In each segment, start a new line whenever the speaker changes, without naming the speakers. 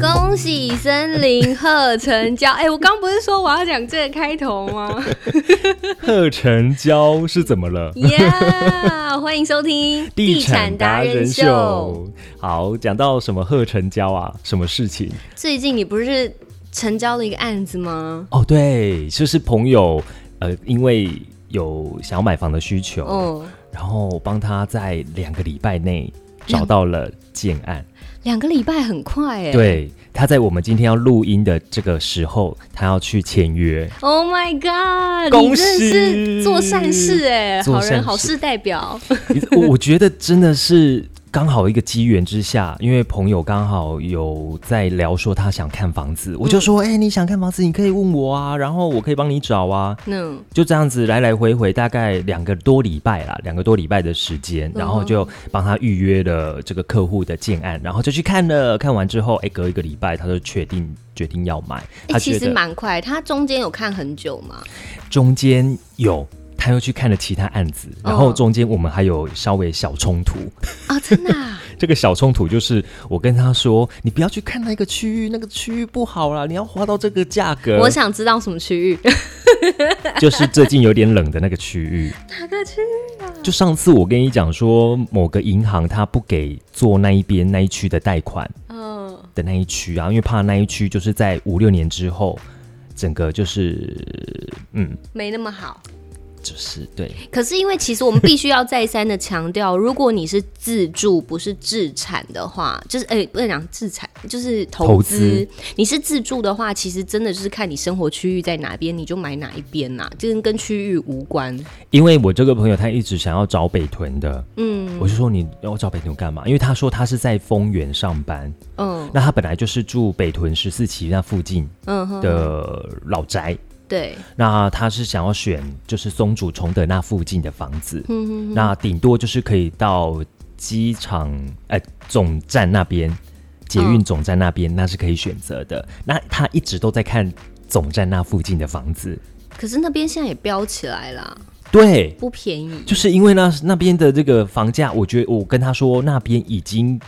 恭喜森林鹤成交！哎、我刚不是说我要讲这个开头 吗？
贺成交是怎么 了？
耶、欢迎收听。。
好，讲到什么贺成交啊？什么事情？
最近你不是成交了一个案子吗？
哦，对，就是朋友，呃，因为有想要买房的需求，
哦，
然后帮他在两个礼拜内找到了建案。
两个礼拜很快哎。
对，他在我们今天要录音的这个时候，他要去签约。
，Oh my God！
恭
你真的是
喜
做善事哎，
做
好
善
人
事
好事代 表。
我我觉得真的是刚好一个机缘之下，因为朋友刚好有在聊说他想看房
嗯
子，我就说，哎、你想看房子，你可以问我啊，然后我可以帮你找啊，
嗯，
就这样子来来回回大概两个多礼拜啦，两个多礼拜的时间，然
嗯
后就帮他预约了这个客户的建案，然后就去看了，看完之后，哎、隔一个礼拜他就确定决定要买，
哎、
他
其
觉
实
得
蛮快，他中间有看很久 嘛。
中间有。他又去看了其他案子，然
哦
后中间我们还有稍微小冲突，
啊、真的、啊？
这个小冲突就是我跟他说，你不要去看那个区域，那个区域不好啦，你要花到这个价格。
我想知道什么区域。
就是最近有点冷的那个区域。
哪个区域啊？
就上次我跟你讲说，某个银行它不给做那一边那一区的贷款
嗯，
的那一区啊，因为怕那一区就是在五六年之后，整个就是嗯，
没那么好。
就是对
可是因为其实我们必须要再三的强调，如果你是自住不是自产的话，就是哎、不能讲自产，就是投
投
资
资。
你是自住的话，其实真的就是看你生活区域在哪边，你就买哪一边呐、这跟跟区域无关。
因为我这个朋友他一直想要找北屯的，
嗯
我就说你要找北屯干嘛？因为他说他是在丰原上班，
嗯
那他本来就是住北屯十四期那附近，
嗯哼，
的老宅，
对，
那他是想要选就是松竹崇德那附近的房子，
嗯哼哼，
那顶多就是可以到机场呃总站那边，捷运总站那边、那是可以选择的。那他一直都在看总站那附近的房子，
可是那边现在也标起来啦，
对。
不便宜。
就是因为那那边的这个房价，我觉得我跟他说那边已经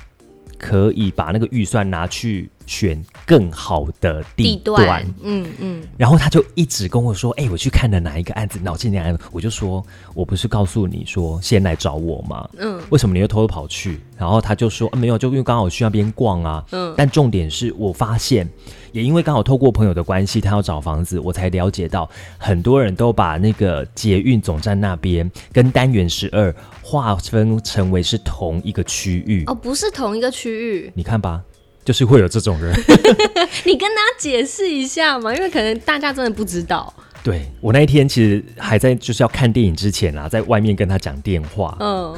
可以把那个预算拿去选更好的
地
地段，
嗯嗯，
然后他就一直跟我说：“哎、我去看了哪一个案子，脑筋哪一个。”我就说：“我不是告诉你说先来找我吗？
嗯
嗯，为什么你又偷偷跑去？”然后他就说：“啊、没有，就因为刚好去那边逛啊。”
嗯
嗯，但重点是我发现，也因为刚好透过朋友的关系，他要找房子，我才了解到很多人都把那个捷运总站那边跟单元十二划分成为是同一个区域。
哦，不是同一个区域，
你看吧，就是会有这种人。
你跟大家解释一下嘛，因为可能大家真的不知道。
对我那一天其实还在就是要看电影之前啊，在外面跟他讲电话。
嗯，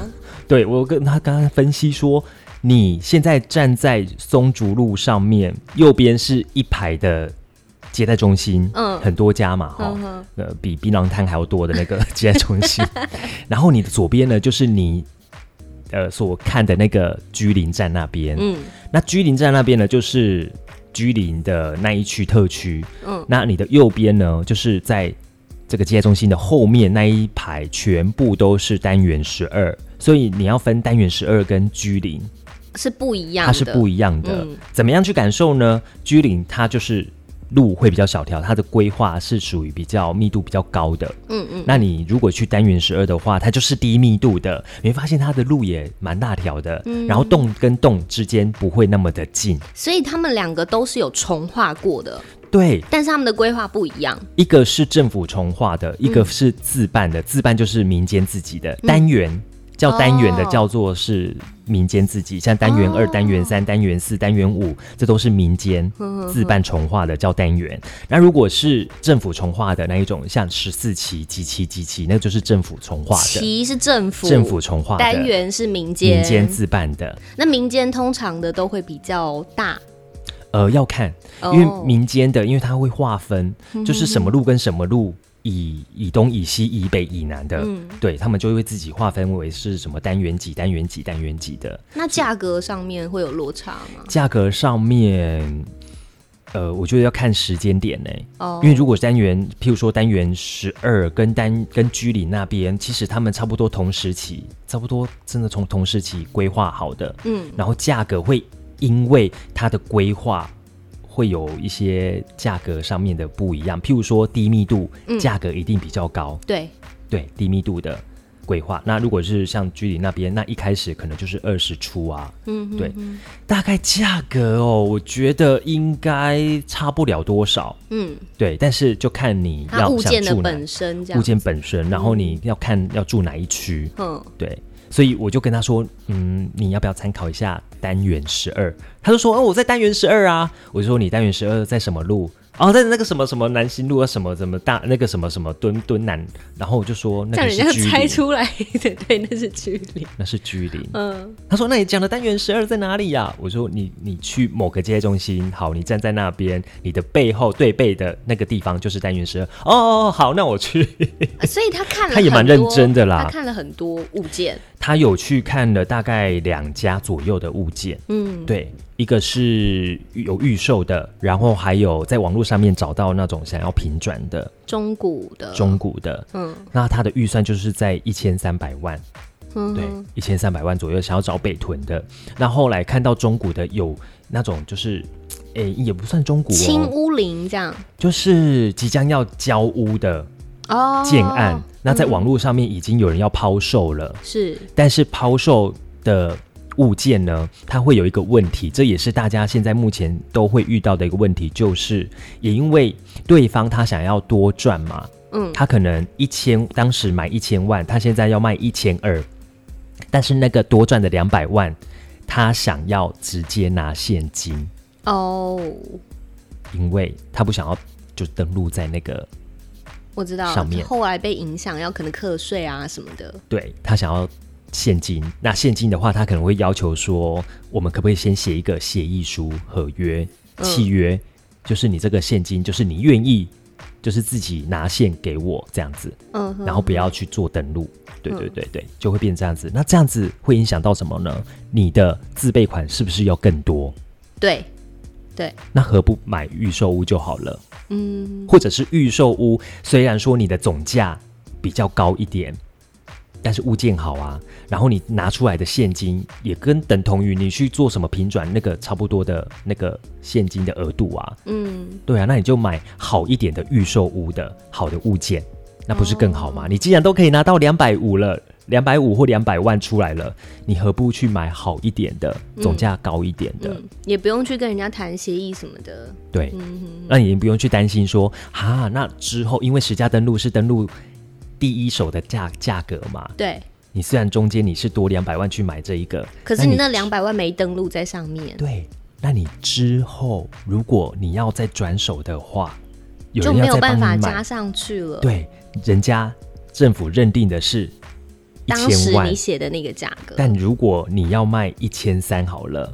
对我跟他刚刚分析说，你现在站在松竹路上面，右边是一排的接待中心，
嗯
嗯，很多家嘛，哈、
嗯哼
呃，比槟榔摊还要多的那个接待中 心。然后你的左边呢，就是你呃所看的那个居林站那边，
嗯
那居林站那边呢，就是居林的那一区特区。
嗯
嗯，那你的右边呢，就是在这个接待中心的后面那一排，全部都是单元十二，所以你要分单元十二跟居林，
是不一样的，
它是不一样的。
嗯
怎么样去感受呢？居林它就是。路会比较小条，它的规划是属于比较密度比较高的。
嗯嗯，
那你如果去单元十二的话，它就是低密度的，你会发现它的路也蛮大条的，
嗯
然后洞跟洞之间不会那么的近。
所以他们两个都是有重画过的，
对，
但是他们的规划不一样。
一个是政府重划
嗯
的，一个是自办的，自办就是民间自己的单元。叫单元的
哦
叫做是民间自己，像单元二、
哦
单元三、单元四、单元五，这都是民间自办重化的叫单元。那如果是政府重化的那一种，像十四期、几期、几期，那就是政府重化的，
其是政府，
政府重化的
单元是民间，
民间自办的。
那民间通常的都会比较大，
呃，要看，
哦
因为民间的，因为它会划分，就是什么路跟什么路，以以东、以西、以北、以南的，对他们就会自己划分为是什么单元几、单元几、单元几的。
那价格上面会有落差吗？
价格上面，呃，我觉得要看时间点呢、
哦
因为如果单元，譬如说单元十二跟单跟居里那边，其实他们差不多同时期，差不多真的从同时期规划好的，
嗯
然后价格会因为它的规划会有一些价格上面的不一样，譬如说低密度
嗯
价格一定比较高，
对，
对低密度的规划。那如果是像居里那边，那一开始可能就是二十出啊，
嗯哼
对，大概价格哦，我觉得应该差不了多少，
嗯，
对，但是就看你
它
要
物
想
件的
住哪
本身这
物
样，
件本身，然后你要看要住哪一区，
嗯，
对，所以我就跟他说，嗯，你要不要参考一下单元十二？他就说，哦，我在单元十二啊。我就说，你单元十二在什么路？哦，在那个什么什么南新路啊，什么什么大那个什么什么敦敦南。然后我就说，
这样
那个
人家
是居
猜
林，
出来 的，对，那是距离，
那是居林。
嗯，
他说，那你讲的单元十二在哪里呀、我说，你你去某个接中心，好，你站在那边，你的背后对背的那个地方就是单元十二。哦，好，那我去。
啊所以他看了
他也蛮
很多
认真的啦
他看了很多物件，
他有去看了大概两家左右的物件。
嗯，
对，一个是有预售的，然后还有在网络上面找到那种想要平转的
中古的，
中古的，
嗯
那它的预算就是在一千三百万，
嗯，
对
哼，
一千三百万左右，想要找北屯的。那后来看到中古的有那种就是，诶、也不算中古
青
哦，
屋林这样
就是即将要交屋的
哦，嗯
建案，那在网络上面已经有人要抛售了。
是
但是抛售的物件呢，它会有一个问题，这也是大家现在目前都会遇到的一个问题，就是也因为对方他想要多赚嘛，
嗯
他可能一千当时买一千万，他现在要卖一千二，但是那个多赚的两百万，他想要直接拿现金，
哦，
因为他不想要就登录在那个
我知道
上，面
后来被影响要可能课税啊什么的，
对他想要现金，那现金的话，他可能会要求说，我们可不可以先写一个协议书、合约、
嗯
契约，就是你这个现金，就是你愿意，就是自己拿现给我这样子，
嗯哼，
然后不要去做登录。对
嗯
对对对，就会变这样子。那这样子会影响到什么呢？你的自备款是不是要更多？
对对，
那何不买预售屋就好了？
嗯
或者是预售屋，虽然说你的总价比较高一点，但是物件好啊，然后你拿出来的现金也跟等同于你去做什么平转那个差不多的那个现金的额度啊，
嗯，
对啊，那你就买好一点的预售屋的好的物件，那不是更好
哦
吗？你既然都可以拿到两百五了。两百五或两百万出来了，你何不去买好一点的，总价高一点的？
嗯也不用去跟人家谈协议什么的，嗯
对，那你也不用去担心说，哈，那之后因为实价登录是登录第一手的价价格嘛，
对。
你虽然中间你是多两百万去买这一个，
可是你那
你
两百万没登录在上面，
对，那你之后如果你要再转手的话，有
就
人
没有
要再帮
办
你
法
买，
加上去了。，
对，人家政府认定的是一
当时
千万
你，写的那个价格，
但如果你要卖一千三好了，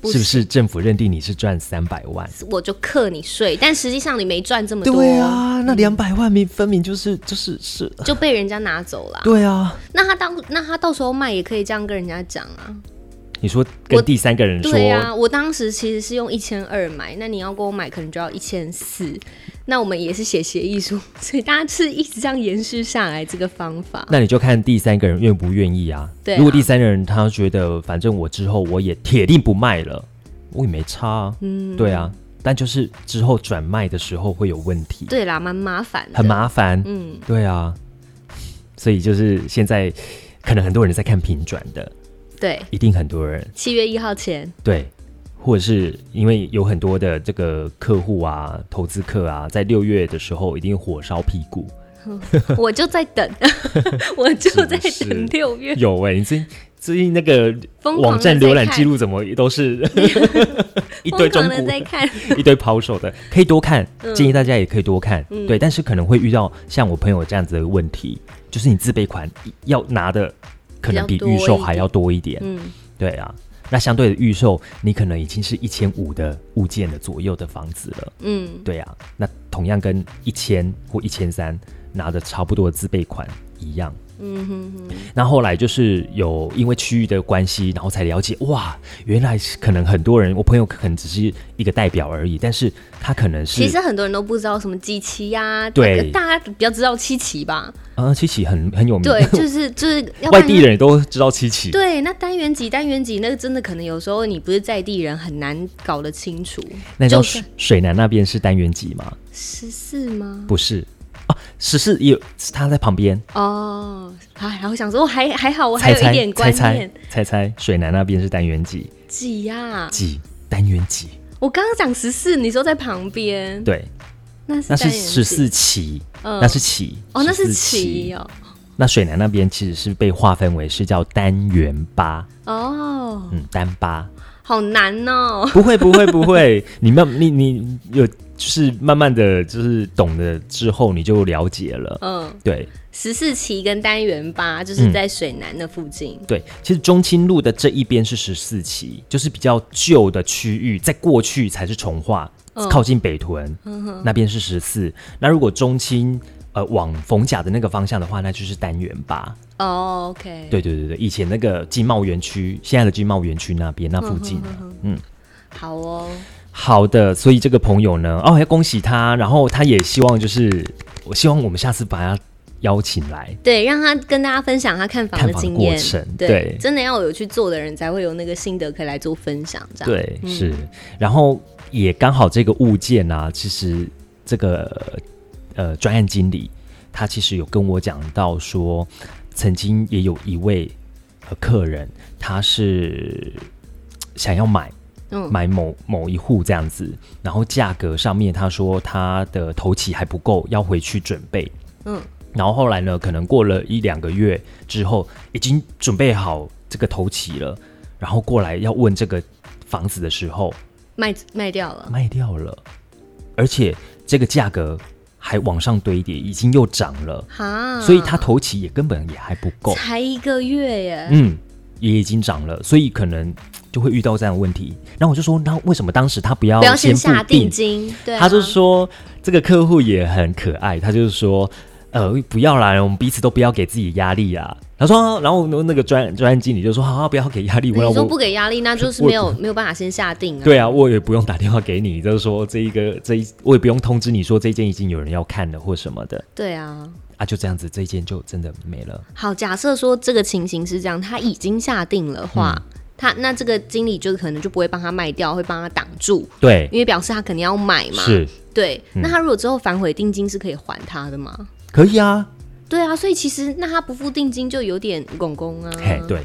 不
是不是政府认定你是赚三百万？
我就克你税，但实际上你没赚这么多，
对啊，那两百万明分明就是就是是，
就被人家拿走了。
对啊，
那他当那他到时候卖也可以这样跟人家讲啊。
你说
我
跟第三个人说，
对啊，我当时其实是用一千二买，那你要给我买可能就要一千四。那我们也是写协议书，所以大家是一直这样延续下来这个方法。
那你就看第三个人愿不愿意啊。
对啊
如果第三个人他觉得反正我之后我也铁定不卖了，我也没差、啊。嗯，对啊，但就是之后转卖的时候会有问题，
对啦，蛮麻烦的，
很麻烦。
嗯，
对啊，所以就是现在可能很多人在看平转的，
对，
一定很多人
七月一号 前，
对。或者是因为有很多的这个客户啊、投资客啊，在六月的时候一定火烧屁股，
我就在 等，我就在
是不是
等六月。
有哎、你最最近那个
疯狂地
网站浏览记录怎么都是 一堆
疯
中
狂的
古，
在 看，嗯
一堆抛售的，可以多看，建议大家也可以多看，对，但是可能会遇到像我朋友这样子的问题，就是你自备款要拿的可能比
比较多
预售还要多一点，
嗯，
对啊。那相对的预售，你可能已经是一千五的物件的左右的房子了，
嗯，
对啊。那同样跟一千或一千三拿的差不多的自备款，一样。嗯哼哼。那后来就是有因为区域的关系，然后才了解，哇，原来是可能很多人，我朋友可能只是一个代表而已，但是他可能是
其实很多人都不知道什么鸡旗呀，
对
大大家比较知道七旗吧？
啊，七琪很很有名，
对，就是就是要不
外
然
地人也都知道七琪。
对，那单元几单元几，那个真的可能有时候你不是在地人，很难搞得清楚。
那叫
就
水
是
水南那边是单元集吗？
十四吗？
不是啊，十四也有是他在旁边。
哦，哎，然后想说，哦还还好，我还有
猜
一
猜
点观
猜猜
念。
猜猜，水南那边是单元集
几呀、
几单元集？
我刚刚讲十四，你说在旁边，
对，
那是
那是
单元几
十四期，
嗯
那是期
哦，那是
14
旗哦，
那水南那边其实是被划分为是叫单元八，
哦，
嗯，单八。
好难哦。
不会不会不会，你慢你你有就是慢慢的就是懂了之后你就了解了。
嗯，
对
十四期跟单元八就是
嗯
在水南的附近。
对，其实中清路的这一边是十四期，就是比较旧的区域，在过去才是重化，
嗯
靠近北屯、那边是十四。那如果中清呃往逢甲的那个方向的话，那就是单元八。
哦，OK，
对对对对，以前那个经贸园区，现在的经贸园区那边那附近啊、嗯，
好哦，
好的，所以这个朋友呢，哦，要恭喜他，然后他也希望就是，我希望我们下次把他邀请来，
对，让他跟大家分享他看房
看
的
房
经
过
验
程，
对，
对
真的要有去做的人才会有那个心得可以来做分享，这样。
对，是，
嗯
然后也刚好这个物件啊，其实这个呃专案经理他其实有跟我讲到说，曾经也有一位呃客人，他是想要买。
嗯，
买某某一户这样子，然后价格上面他说他的头期还不够，要回去准备。
嗯，
然后后来呢，可能过了一两个月之后，已经准备好这个头期了，然后过来要问这个房子的时候，
卖卖掉了，
卖掉了，而且这个价格还往上堆叠，已经又涨了，
哈，
所以他头期也根本也还不够。
才一个月耶，
嗯，也已经涨了，所以可能就会遇到这样的问题。然后我就说，那为什么当时他不要
不要
先
先
付
下定金，对、啊，
他就说这个客户也很可爱，他就是说。呃，不要啦，我们彼此都不要给自己压力啦。他说，啊然后那个专专案经理就说，好、啊，不要给压力，我
你说
我
不给压力，那就是
我
没有没有办法先下定啊。
对啊，我也不用打电话给你，就是说这一个这一，我也不用通知你说这件已经有人要看了或什么的
对啊。
啊，就这样子，这一件就真的没了。
好，假设说这个情形是这样，他已经下定了话，
嗯
他那这个经理就可能就不会帮他卖掉，会帮他挡住，
对，
因为表示他肯定要买嘛。
是嗯
对。那他如果之后反悔定金是可以还他的吗？
可以啊，
对啊，所以其实那他不付定金就有点拱拱啊。
嘿，对，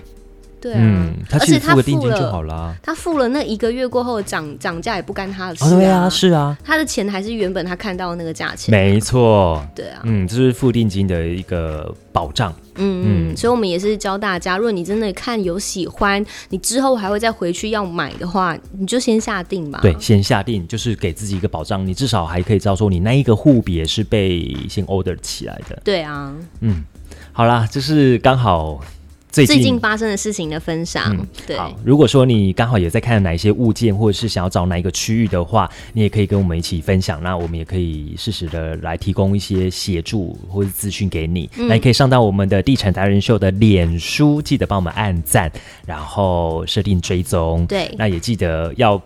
对啊，
嗯，他
而
其
且
实
他
付
付
个定金就好
了。
啦。
他付了那一个月过后涨涨价也不干他的事
啊，对啊，是啊，
他的钱还是原本他看到的那个价钱。
没错，
对啊，
嗯，这是付定金的一个保障。
嗯嗯，所以我们也是教大家，如果你真的看有喜欢，你之后还会再回去要买的话，你就先下定吧。
对，先下定就是给自己一个保障，你至少还可以知道说你那一个户别是被先 order 起来的。
对啊，
嗯，好啦，就是刚好最近嗯
最近发生的事情的分享，对，
好，如果说你刚好也在看哪一些物件，或者是想要找哪一个区域的话，你也可以跟我们一起分享，那我们也可以适时的来提供一些协助或者资讯给你。
嗯
那也可以上到我们的地产达人秀的脸书，记得帮我们按赞，然后设定追踪。
对
那也记得要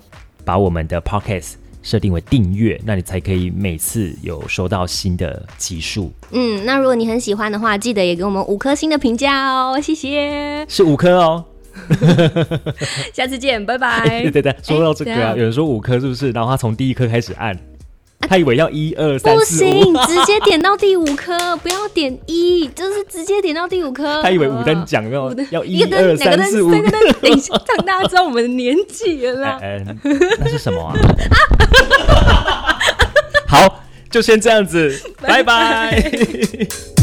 把我们的 podcast。设定为订阅，那你才可以每次有收到新的集数，
嗯，那如果你很喜欢的话，记得也给我们五颗星的评价哦，谢谢，
是五颗哦。
下次见，拜
对
拜。
对对，说到这个
哎
啊，
等一下啊
有人说五颗是不是？然后他从第一颗开始按，他以为要一二三
不
四
行
五，，
直接点到第五颗， 不要点一，就是直接点到第五颗。
他以为五
好
灯
不
奖没有
好
要
一
一
个灯
二
两个
三
灯
四五
三个。灯，等一下，让大家知道我们的年纪了 啦。
哎哎那是什么啊？ 好，就先这样子，拜拜。